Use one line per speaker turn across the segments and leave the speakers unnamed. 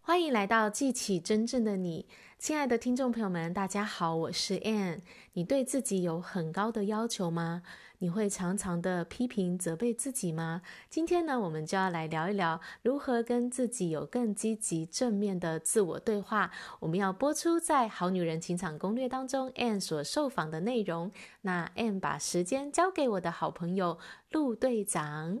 欢迎来到记起真正的你，亲爱的听众朋友们，大家好，我是 Ann。你对自己有很高的要求吗？你会常常的批评责备自己吗？今天呢，我们就要来聊一聊如何跟自己有更积极正面的自我对话。我们要播出在《好女人情场攻略》当中 Ann 所受访的内容。那 Ann 把时间交给我的好朋友陆队长。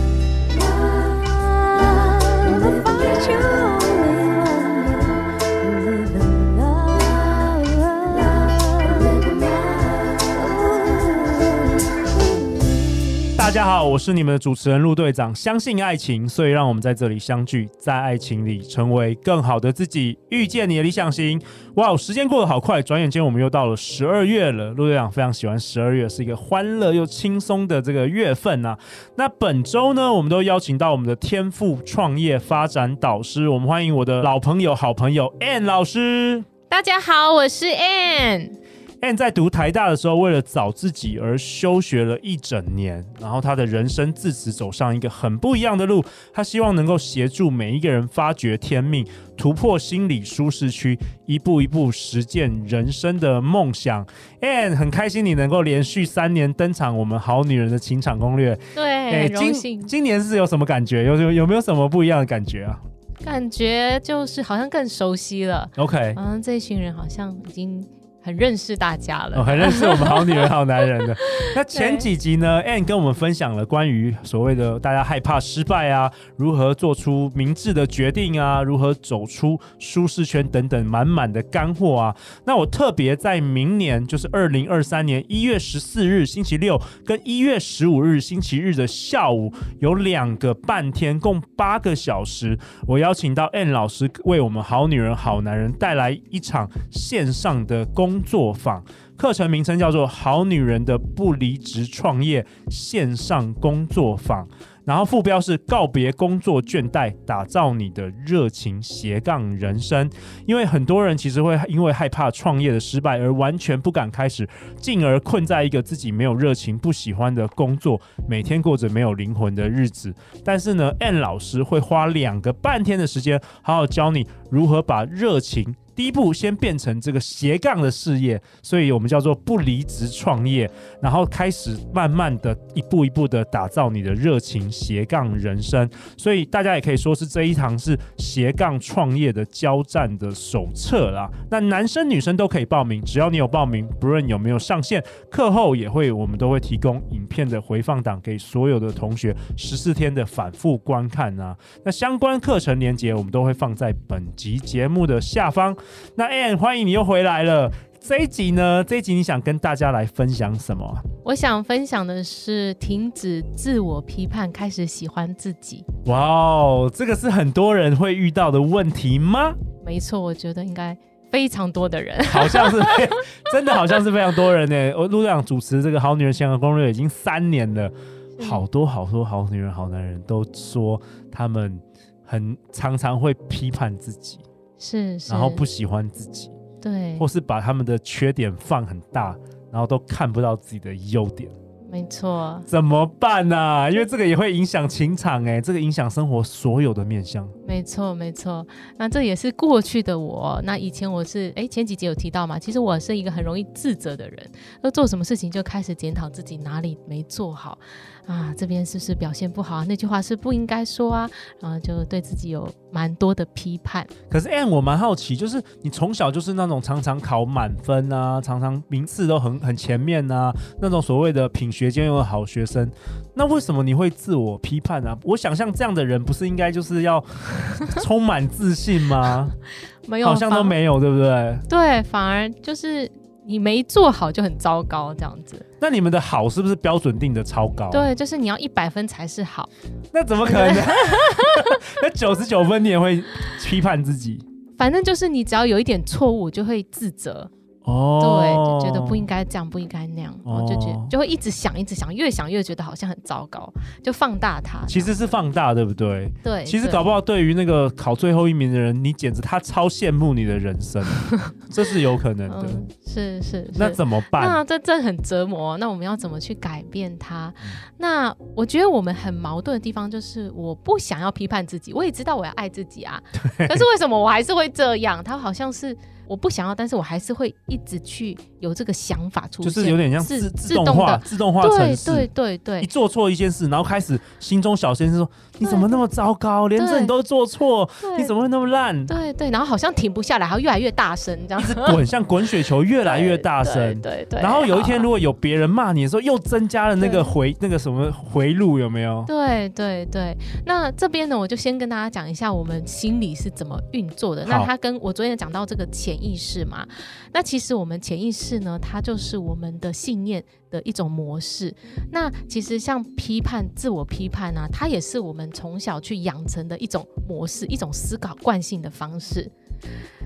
Love that you live and love, love,
大家好，我是你们的主持人陆队长。相信爱情，所以让我们在这里相聚，在爱情里成为更好的自己，遇见你的理想型。哇哦，时间过得好快，转眼间我们又到了十二月了。陆队长非常喜欢十二月，是一个欢乐又轻松的这个月份啊。那本周呢，我们都邀请到我们的天赋创业发展导师，我们欢迎我的老朋友、好朋友 Ann 老师。
大家好，我是 Ann。
Ann 在读台大的时候，为了找自己而休学了一整年，然后他的人生自此走上一个很不一样的路。他希望能够协助每一个人发掘天命，突破心理舒适区，一步一步实践人生的梦想。Ann 很开心你能够连续三年登场我们好女人的情场攻略。哎
对，很荣
今
幸，
今年是有什么感觉？有有有没有什么不一样的感觉啊
感觉就是好像更熟悉了，
？OK，
好嗯像这群人好像已经很认识大家了。
哦，很认识我们好女人、好男人 的。那前几集呢，Anne 跟我们分享了关于所谓的大家害怕失败啊，如何做出明智的决定啊，如何走出舒适圈等等，满满的干货啊。那我特别在明年，就是二零二三年一月十四日星期六跟一月十五日星期日的下午，有两个半天，共八个小时，我邀请到 N 老师为我们好女人、好男人带来一场线上的工作坊。课程名称叫做《好女人的不离职创业线上工作坊》，然后副标是“告别工作倦怠，打造你的热情斜杠人生”。因为很多人其实会因为害怕创业的失败而完全不敢开始，进而困在一个自己没有热情、不喜欢的工作，每天过着没有灵魂的日子。但是呢，N 老师会花两个半天的时间，好好教你如何把热情。第一步，先变成这个斜杠的事业，所以我们叫做不离职创业，然后开始慢慢的、一步一步的打造你的热情斜杠人生。所以大家也可以说是这一堂是斜杠创业的交战的手册啦。那男生女生都可以报名，只要你有报名，不论有没有上线，课后也会我们都会提供影片的回放档给所有的同学十四天的反复观看啊。那相关课程连接我们都会放在本集节目的下方。那 Ann，欢迎你又回来了。这一集呢，这一集你想跟大家来分享什么啊？
我想分享的是停止自我批判，开始喜欢自己。
哇哦，这个是很多人会遇到的问题吗？
没错，我觉得应该非常多的人。
好像是真的，好像是非常多人呢。我陆队长主持这个《好女人情感攻略》已经三年了，好多好多好女人、好男人都说他们很常常会批判自己，
是是，
然后不喜欢自己，
对
或，是把他们的缺点放很大，然后都看不到自己的优点，
没错，
怎么办呢、因为这个也会影响情场，哎，这个影响生活所有的面向。
没错，没错。那这也是过去的我。那以前我是，哎，前几集有提到嘛，其实我是一个很容易自责的人，那做什么事情就开始检讨自己哪里没做好啊，这边是不是表现不好啊？那句话是不应该说啊，然后就对自己有蛮多的批判。
可是 Anne，我蛮好奇，就是你从小就是那种常常考满分啊，常常名次都很很前面啊，那种所谓的品学兼优的好学生，那为什么你会自我批判啊？我想象这样的人不是应该就是要 充满自信吗？
没有，
好像都
反
没有，对不对？
对，反而就是你没做好就很糟糕这样子。
那你们的好是不是标准定的超高？，啊
对，就是你要一百分才是好。
那怎么可能？ 那九十九分你也会批判自己
反正就是你只要有一点错误，就会自责，
哦？
对，就觉得不应该这样，不应该那样，然后就觉
哦
就会一直想，一直想，越想越觉得好像很糟糕，就放大它。
其实是放大，对不对？
对，
其实
哎对
搞不好对于那个考最后一名的人，你简直他超羡慕你的人生，这是有可能的。
嗯，是是是。
那怎么办？
那这这很折磨，哦那我们要怎么去改变它？
嗯
那我觉得我们很矛盾的地方就是，我不想要批判自己，我也知道我要爱自己啊，可是为什么我还是会这样？他好像是我不想要，但是我还是会一直去有这个想法出
就
现，
是有点像自
自
自动化、
的。
自动化程
对对
式。
对
一
对，
做错一件事，然后开始心中小先生说：“你怎么那么糟糕？连这你都做错，你怎么
么？
会那么烂？
对对，然后好像停不下来，还越来越大声这样子，
滚，像滚雪球，越来越大
对
声。”
对对。
然后有一天，
好
如果有别人骂你的时候，又增加了那
对
个回那个什么回路，有没有？
对对对，那这边呢，我就先跟大家讲一下我们心理是怎么运作的。那
好
它跟我昨天有讲到这个潜意识嘛，那其实我们潜意识呢，它就是我们的信念的一种模式。那其实像批判、自我批判啊，它也是我们从小去养成的一种模式、一种思考惯性的方式。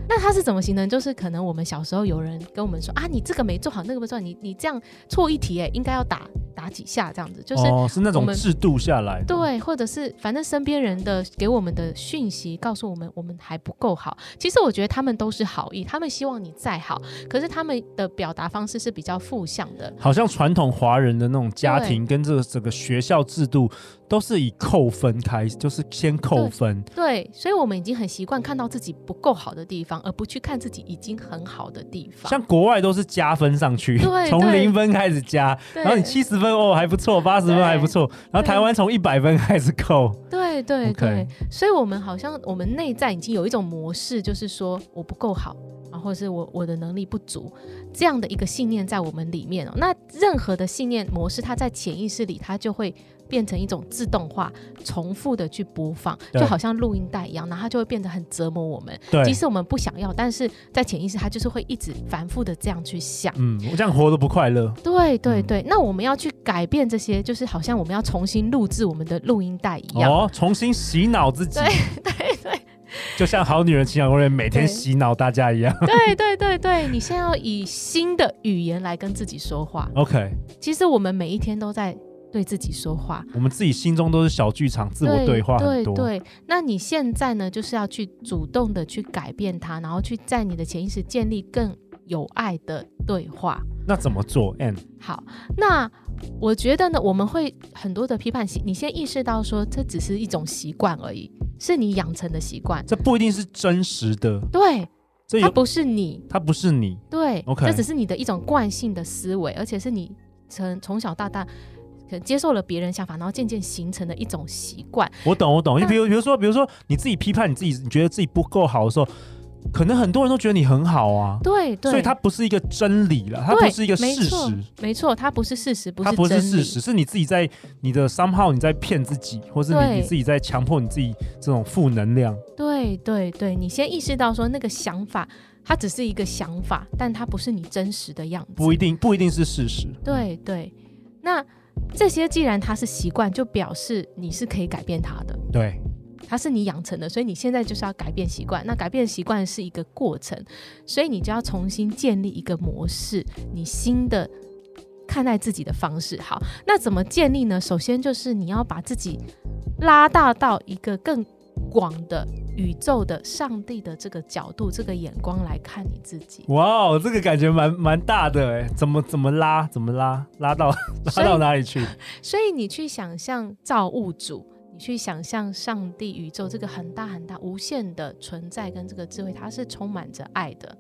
那它是怎么形成？就是可能我们小时候有人跟我们说啊，你这个没做好，那个没做好，你你这样错一题，哎，应该要打打几下这样子，就是
哦，是那
我
种
们
制度下来的。
对，或者是反正身边人的给我们的讯息告诉我们，我们还不够好。其实我觉得他们都是好意，他们希望你再好，可是他们的表达方式是比较负向的。
好像传统华人的那种家庭跟这个整个学校制度都是以扣分开始，就是先扣分，
对，所以我们已经很习惯看到自己不够好的地方，而不去看自己已经很好的地方。
像国外都是加分上去
对，
从
对
零分开始加，
对
然后你七十分哦还不错，八十分
对
还不错，然后台湾从一百分开始扣，
对对
OK
对所以我们好像我们内在已经有一种模式，就是说我不够好，啊，或者是我我的能力不足这样的一个信念在我们里面哦。那任何的信念模式，它在潜意识里，它就会变成一种自动化、重复的去播放，
对
就好像录音带一样，然后它就会变得很折磨我们。
对，
即使我们不想要，但是在潜意识，它就是会一直反复的这样去想。
嗯，我这样活得不快乐，
对对
嗯
对，那我们要去改变这些，就是好像我们要重新录制我们的录音带一样。
哦，重新洗脑自己，
对对。
就像《好女人情感攻略》每天
对
洗脑大家一样。
对对对对，你现在要以新的语言来跟自己说话。
OK，
其实我们每一天都在对自己说话，
我们自己心中都是小剧场，自我对话很多。
对对，那你现在呢，就是要去主动的去改变它，然后去在你的潜意识建立更有爱的对话。
那怎么做？And
好，那我觉得呢，我们会很多的批判习，你先意识到说这只是一种习惯而已，是你养成的习惯，
这不一定是真实的，
对，
这
它
有
不是你，
它不是你，
对
OK
这只是你的一种惯性的思维，而且是你从从小到大可能接受了别人想法，然后渐渐形成的一种习惯。
我懂，我懂。
那
就比如，比如说，比如说，你自己批判你自己，你觉得自己不够好的时候，可能很多人都觉得你很好啊，
对对，
所以它不是一个真理了，它
对
不是一个事
没错
实，
没错，它不是事实，不
它
是
不
真
是
理
事实，是你自己在你的 somehow 你在骗自己，或是
对
你你自己在强迫你自己这种负能量。
对对对，你先意识到说那个想法，它只是一个想法，但它不是你真实的样子。
不一定不一定是事实，
对对，那这些既然它是习惯，就表示你是可以改变它的。
对，
它是你养成的，所以你现在就是要改变习惯。那改变习惯是一个过程，所以你就要重新建立一个模式，你新的看待自己的方式。好，那怎么建立呢？首先就是你要把自己拉大到一个更广的宇宙的上帝的这个角度、这个眼光来看你自己。
哇哦，这个感觉蛮蛮大的哎，怎么怎么拉，怎么拉，拉 到
所
拉
以
到哪里去？
所以你去想象造物主，你去想象上帝、宇宙这个很大很大、无限的存在跟这个智慧，它是充满着爱的。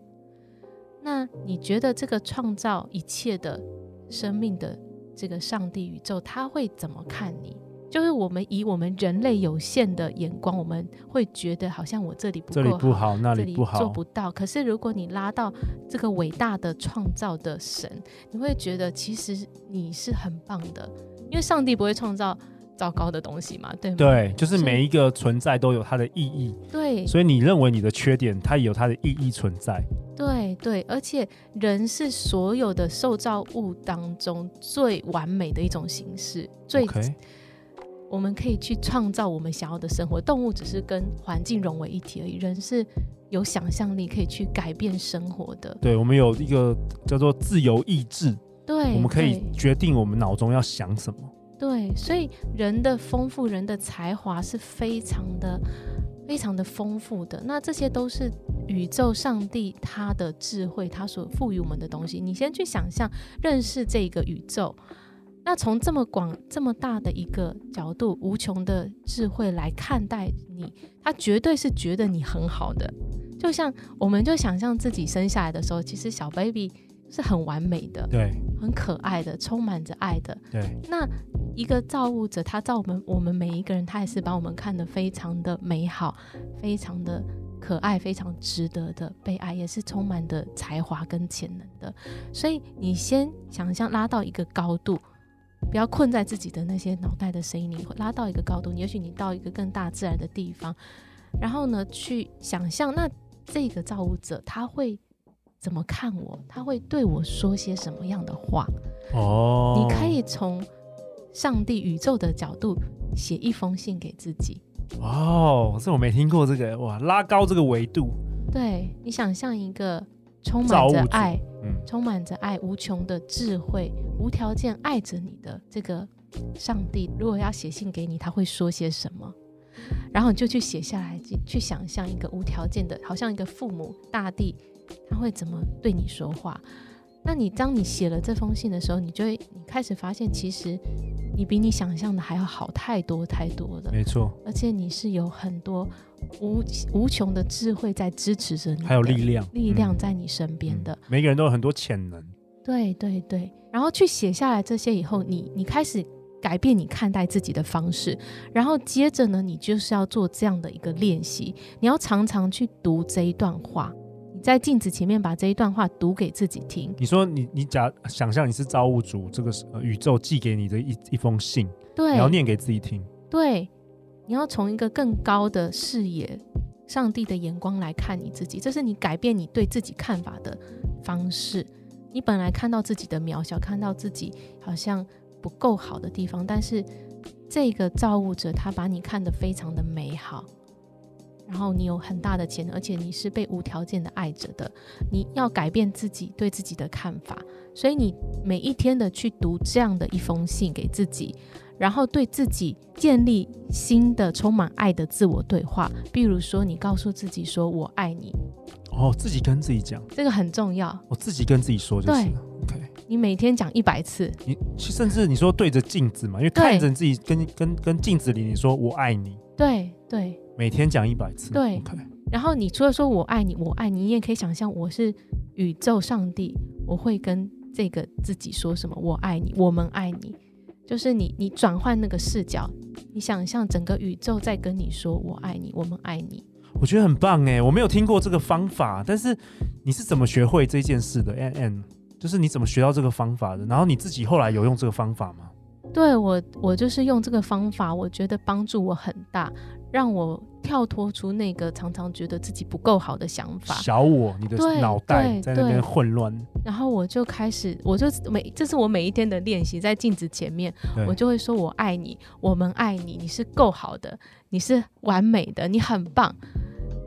那你觉得这个创造一切的生命的这个上帝、宇宙，他会怎么看你？就是我们以我们人类有限的眼光，我们会觉得好像我这里不
这里
够
不
好，
好，那
这
里
里
不好，
做不到。可是如果你拉到这个伟大的创造的神，你会觉得其实你是很棒的，因为上帝不会创造糟糕的东西嘛，对吗？
对，就是
是
每一个存在都有它的意义，
对
所以你认为你的缺点，它也有它的意义存在。
对对，而且人是所有的受造物当中最完美的一种形式，最
OK，
我们可以去创造我们想要的生活。动物只是跟环境融为一体而已，人是有想象力可以去改变生活的。
对我们有一个叫做自由意志，
对，
我们可以
对
决定我们脑中要想什么。
对，所以人的丰富，人的才华是非常的、非常的丰富的。那这些都是宇宙、上帝他的智慧，他所赋予我们的东西。你先去想象、认识这个宇宙。那从这么广、这么大的一个角度，无穷的智慧来看待你，他绝对是觉得你很好的。就像我们就想象自己生下来的时候，其实小 baby 是很完美的、
对
很可爱的、充满着爱的。
对
那一个造物者，他造我们，我们每一个人，他也是把我们看得非常的美好，非常的可爱，非常值得的被爱，也是充满的才华跟潜能的。所以你先想象拉到一个高度，不要困在自己的那些脑袋的声音里，会拉到一个高度。也许你到一个更大自然的地方，然后呢，去想象那这个造物者他会怎么看我，他会对我说些什么样的话。
哦，
你可以从上帝宇宙的角度写一封信给自己。
哇哦，这我没听过这个哇，拉高这个维度，
对你想象一个充
造
满
物
着
主
爱、
嗯，
充满着爱、无穷的智慧、无条件爱着你的这个上帝，如果要写信给你，他会说些什么？然后你就去写下来，去去想象一个无条件的，好像一个父母、大地，他会怎么对你说话？那你当你写了这封信的时候，你就会你开始发现，其实你比你想象的还要好太多太多了，
没错，
而且你是有很多无无穷的智慧在支持着你的，
还有力量，
力量
嗯
在你身边的。
嗯每个人都有很多潜能，
对对对，然后去写下来这些以后，你你开始改变你看待自己的方式，然后接着呢，你就是要做这样的一个练习，你要常常去读这一段话，你在镜子前面把这一段话读给自己听。
你说你你假想象你是造物主，这个是呃宇宙寄给你的一一封信，
对
你，要念给自己听，
对，你要从一个更高的视野、上帝的眼光来看你自己，这是你改变你对自己看法的方式。你本来看到自己的渺小，看到自己好像不够好的地方，但是这个造物者他把你看得非常的美好，然后你有很大的潜能，而且你是被无条件的爱着的。你要改变自己对自己的看法，所以你每一天的去读这样的一封信给自己，然后对自己建立新的充满爱的自我对话。比如说，你告诉自己说“我爱你
哦，自己跟自己讲，”，
这个很重要。
我自己跟自己说就是
对
了，OK。
你每天讲一百次，
你甚至你说对着镜子嘛，因为
对
看着你自己跟跟跟镜子里，你说我爱你，
对对。
每天讲一百次，
对
o k
然后你除了说我爱你，我爱你，你也可以想象我是宇宙上帝，我会跟这个自己说什么？我爱你，我们爱你。就是你，你转换那个视角，你想象整个宇宙在跟你说“我爱你，我们爱你
我觉得很棒哎，我没有听过这个方法，但是你是怎么学会这件事的？N N，就是你怎么学到这个方法的？然后你自己后来有用这个方法吗？”
对我，我就是用这个方法，我觉得帮助我很大，让我跳脱出那个常常觉得自己不够好的想法。
小我，你的
对
脑袋
对
在那边
对
混乱，
然后我就开始，我就每这是我每一天的练习，在镜子前面，
对
我就会说我爱你，我们爱你，你是够好的，你是完美的，你很棒，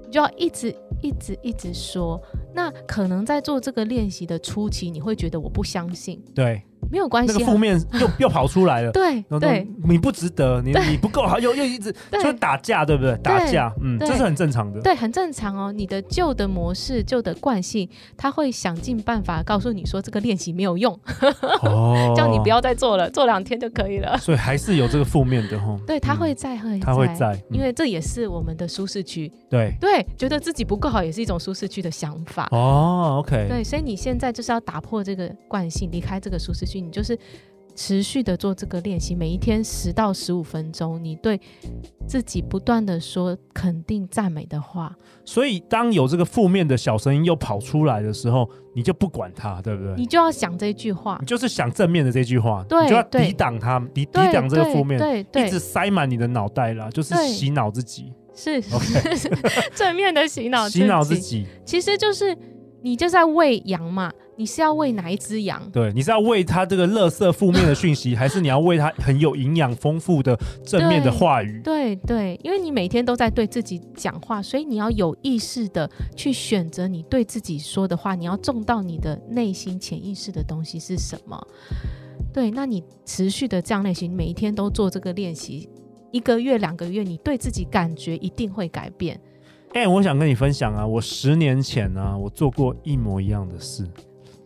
你就要一直一直一直说。那可能在做这个练习的初期，你会觉得我不相信，
对，
没有关
那个
系啊，
负面又 又跑出来了。
对
然后
对
你不值得，你你不够好，又又一直
对
就打架，对不对？打
对
架，嗯，这
对
是很正常的。
对，很正常哦。你的旧的模式、旧的惯性，他会想尽办法告诉你说这个练习没有用，
哦
叫你不，要再做了，做两天就可以了。
所以还是有这个负面的哈。
对，他
嗯
会在，会
他会在嗯
因为这也是我们的舒适区。
对
对，觉得自己不够好也是一种舒适区的想法。
哦，OK，
啊对，所以你现在就是要打破这个惯性，离开这个舒适区，你就是持续的做这个练习，每一天十到十五分钟，你对自己不断的说肯定、赞美的话。
所以当有这个负面的小声音又跑出来的时候，你就不管它，对不对？
你
你
就要想这句话，
就是想正面的这句话，
对
你就要
对
抵挡它，抵抵
对
挡这个
对
负面，
对对，
一直塞满你的脑袋啦，就是
对
洗脑自 己，
是是
OK
是正面的洗脑，
哦洗脑自。己。
其实就是你就是在喂羊嘛，你是要喂哪一只羊？
对，你是要喂他这个垃圾负面的讯 息，还是你要喂他很有营养、丰富的正面的话语？
对对，因为你每天都在对自己讲话，所以你要有意识的去选择你对自己说的话，你要种到你的内心潜意识的东西是什么？对，那你持续的这样练习，你每一天都做这个练习，一个月、两个月，你对自己感觉一定会改变。
哎、我想跟你分享啊，我十年前呢、我做过一模一样的事，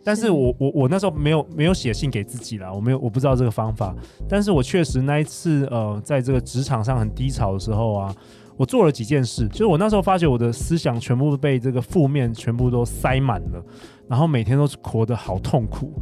但是
是
我我我那时候没有没有写信给自己啦，我没有我不知道这个方法，但是我确实那一次呃，在这个职场上很低潮的时候啊，我做了几件事，就是我那时候发觉我的思想全部被这个负面全部都塞满了，然后每天都是活得好痛苦，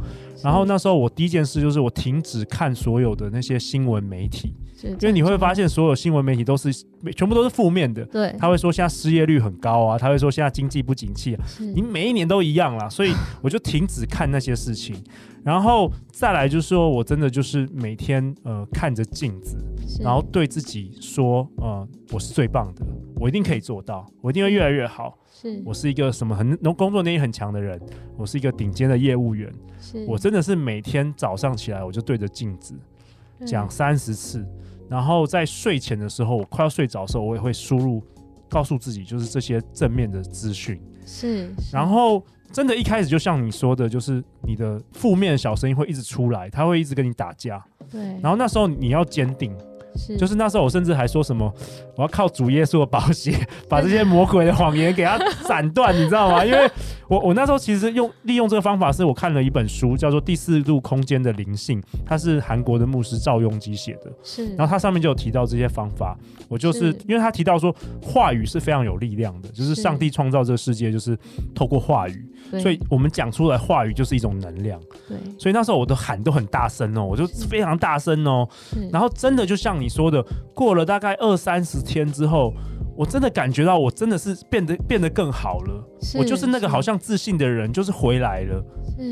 然后那时候我第一件事就是我停止看所有的那些新闻媒体，
因
因为你会发现所有新闻媒体都是全部都是负面的。
对，
他会说现在失业率很高啊，他会说现在经济不景气啊，
是
你每一年都一样啦，所以我就停止看那些事情，然后再来就是说我真的就是每天呃看着镜子，
是
然后对自己说，呃，我是最棒的，我一定可以做到，我一定会越来越好，
是
我是一个什么很工作能力很强的人，我是一个顶尖的业务员，
是
我真的是每天早上起来我就对着镜子，
嗯
讲三十次，然后在睡前的时候，我快要睡着的时候，我也会输入告诉自己就是这些正面的资讯。
对是，是
然后真的，一开始就像你说的，就是你的负面的小声音会一直出来，它会一直跟你打架。
对，
然后那时候你要坚定，
是
就是那时候我甚至还说什么，我要靠主耶稣的宝血把这些魔鬼的谎言给它斩断，你知道吗？因为我我那时候其实用利用这个方法，是我看了一本书叫做《第四度空间的灵性》，它是韩国的牧师赵雍基写的。
是，
然后它上面就有提到这些方法，我就是
是
因为他提到说话语是非常有力量的，就是
是
上帝创造这个世界就是透过话语，
对
所以我们讲出来话语就是一种能量，
对
所以那时候我都喊都很大声哦，我就是非常大声哦，
是，
然后真的就像你说的，过了大概二三十天之后，我真的感觉到我真的是变得变得更好了，我就是那个好像自信的人就是回来了。
是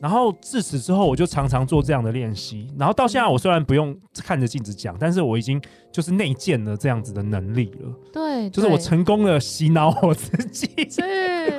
然后自此之后，我就常常做这样的练习。然后到现在，我虽然不用看着镜子讲，但是我已经就是内建了这样子的能力了，
对，
就是我
对
成功了洗脑我自己。
是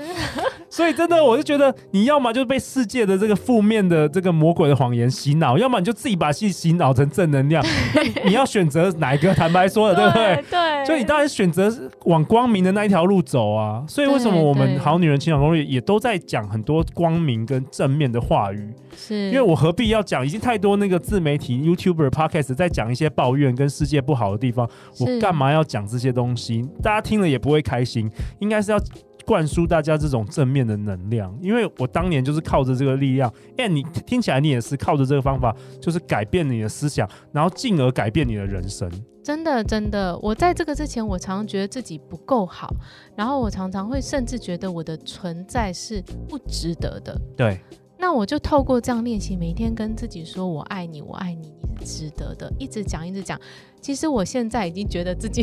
所以真的，我就觉得你要么就被世界的这个负面的这个魔鬼的谎言洗脑，要么你就自己把自己洗脑成正能量。那你要选择哪一个？坦白说了， 对不对？
对，
所以你当然选择往光明的那一条路走啊。所以为什么
对
我们
对
《好女人情感攻略》也都在讲很多光明跟正面的话语？
是
因为我何必要讲？已经太多那个自媒体、YouTuber、Podcast 在讲一些抱怨跟世界不好的地方，
是
我干嘛要讲这些东西？大家听了也不会开心，应该是要。灌输大家这种正面的能量，因为我当年就是靠着这个力量。哎、你听起来你也是靠着这个方法，就是改变你的思想，然后进而改变你的人生。
真的真的，我在这个之前，我常常觉得自己不够好，然后我常常会甚至觉得我的存在是不值得的。
对，
那我就透过这样练习，每天跟自己说“我爱你，我爱你，你是值得的”，一直讲一直讲。其实我现在已经觉得自己，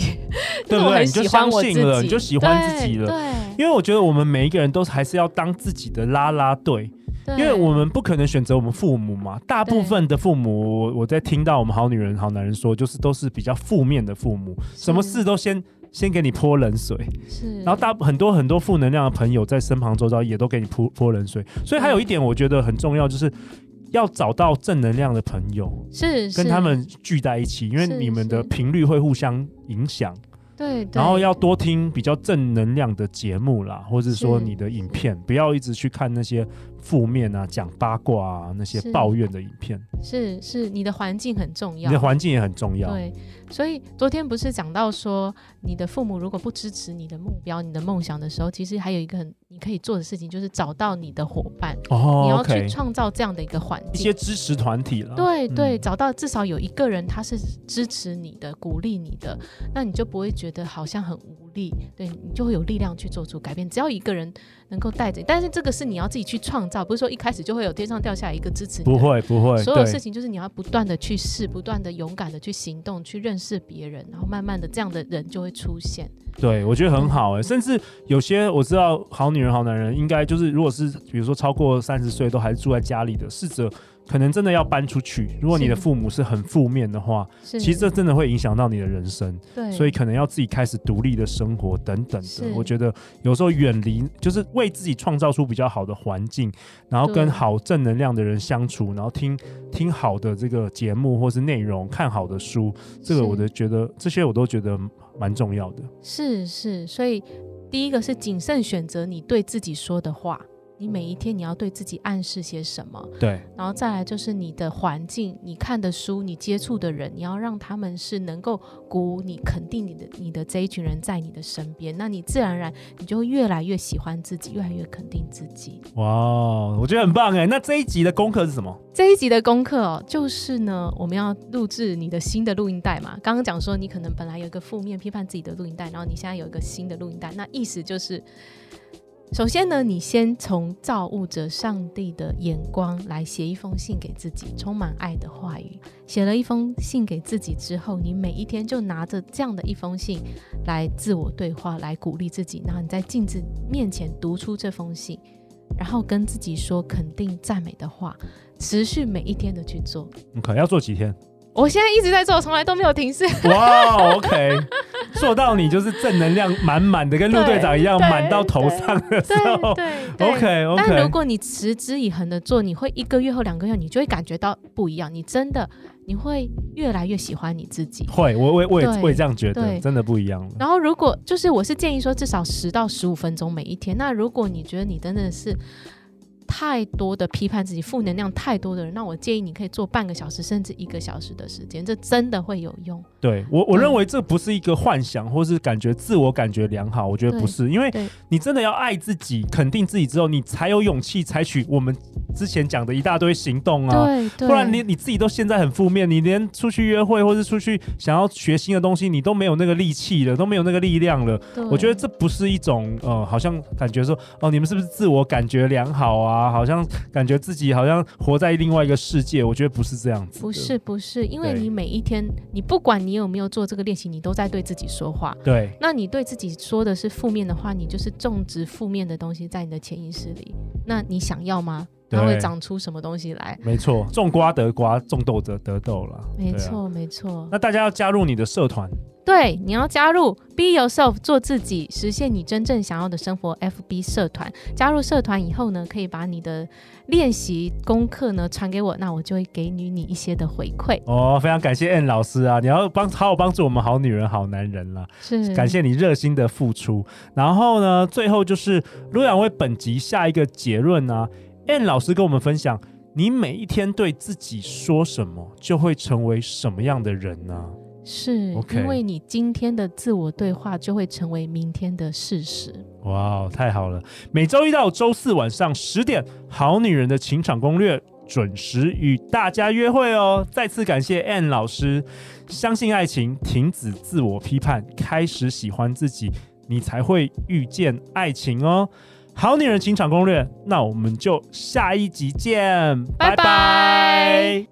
对
就是
不
我
对？
很
你就
喜
相
欢我自己，
信了，你就喜欢自己了。
对，
因为我觉得我们每一个人都还是要当自己的啦啦队，
对
因为我们不可能选择我们父母嘛，大部分的父母，我我在听到我们好女人、好男人说，就是都是比较负面的父母，什么事都先先给你泼冷水，
是，
然后大很多很多负能量的朋友在身旁周遭也都给你泼泼冷水，所以还有一点我觉得很重要，就是要找到正能量的朋友，
是
跟
是
他们聚在一起，因为
是
你们的
是
频率会互相影响，
对，对
然后要多听比较正能量的节目啦，或者说
是
你的影片，不要一直去看那些负面啊、讲八卦啊、那些
是
抱怨的影片。
是是你的环境很重
你
要
的。环境也很重要。
对，所以昨天不是讲到说，你的父母如果不支持你的目标、你的梦想的时候，其实还有一个很你可以做的事情，就是找到你的伙伴，你
哦
要去
，OK，
创造这样的一个环
一
境
些。支持团体啦。
对
嗯
对，找到至少有一个人他是支持你的、鼓励你的，那你就不会觉得好像很无力，对你就会有力量去做出改变。只要一个人能够带着你，但是这个是你要自己去创造，不是说一开始就会有天上掉下来一个支持你的
不会不会，
所有
对
事情就是你要不断的去试，不断的勇敢的去行动，去认识别人，然后慢慢的这样的人就会出现。
对，我觉得很好哎、甚至有些我知道，好女人、好男人应该就是，如果是比如说超过三十岁都还是住在家里的，试着可能真的要搬出去。如果你
是
的父母是很负面的话，
是，
其实这真的会影响到你的人生。
对，
所以可能要自己开始独立的生活等等
是
的。我觉得有时候远离，就是为自己创造出比较好的环境，然后跟
对
好正能量的人相处，然后听听好的这个节目或是内容，看好的书，这
是
个我都觉得这些我都觉得蛮重要的。
是是，所以第一个是谨慎选择你对自己说的话，你每一天你要对自己暗示些什么，
对，
然后再来就是你的环境、你看的书、你接触的人，你要让他们是能够鼓舞你、肯定你的、你的这一群人在你的身边，那你自然而然你就会越来越喜欢自己，越来越肯定自己。
哇，我觉得很棒哎。那这一集的功课是什么？
这一集的功课哦，就是呢，我们要录制你的新的录音带嘛。刚刚讲说，你可能本来有一个负面批判自己的录音带，然后你现在有一个新的录音带，那意思就是，首先呢，你先从造物者上帝的眼光来写一封信给自己，充满爱的话语。写了一封信给自己之后，你每一天就拿着这样的一封信来自我对话，来鼓励自己。然后你在镜子面前读出这封信，然后跟自己说肯定赞美的话。持续每一天的去做。
嗯可能要做几天？
我现在一直在做，从来都没有 停止。
哇，OK，做 到你就是正能量满满的，跟陆队长一样
对
满到头上的 时
对
候。
对对。
OK
但哦如
OK，
果你持之以恒的做，你会一个月后两个月，你就会感觉到不一样。你真的，你会越来越喜欢你自己。
会，我我也我也
对
我也这样觉得，
对
真的不一样了。
然后，如果就是我是建议说，至少十到十五分钟每一天。那如果你觉得你真的是太多的批判自己、负能量太多的人，那我建议你可以做半个小时甚至一个小时的时间，这真的会有用。
对我，我
对
认为这不是一个幻想，或是感觉自我感觉良好，我觉得
对
不是，因为
对
你真的要爱自己、肯定自己之后，你才有勇气采取我们之前讲的一大堆行动啊。
对对，
不然你你自己都现在很负面，你连出去约会或是出去想要学新的东西，你都没有那个力气了，都没有那个力量了。
对
我觉得这不是一种呃，好像感觉说哦，你们是不是自我感觉良好啊？好像感觉自己好像活在另外一个世界，我觉得不是这样子。
不，是不是，因为
对
你每一天，你不管你有没有做这个练习，你都在对自己说话。
对，
那你对自己说的是负面的话，你就是种植负面的东西在你的潜意识里。那你想要吗？它
对
会长出什么东西来？
没错，种瓜得瓜，种豆得得豆啦。
没
对啊
错，没错。
那大家要加入你的社团，
对，你要加入 Be Yourself 做自己，实现你真正想要的生活 FB 社团。加入社团以后呢，可以把你的练习功课呢传给我，那我就会给予你一些的回馈。
哦，非常感谢 N 老师啊，你要帮好好帮助我们好女人、好男人啦，
是，
感谢你热心的付出。然后呢，最后就是陆阳为本集下一个结论啊，N 老师跟我们分享，你每一天对自己说什么，就会成为什么样的人呢、
是
OK
因为你今天的自我对话就会成为明天的事实。
哇哦，太好了！每周一到周四晚上十点，《好女人的情场攻略》准时与大家约会哦。再次感谢 Ann 老师，相信爱情，停止自我批判，开始喜欢自己，你才会遇见爱情哦。《好女人情场攻略》，那我们就下一集见，
拜拜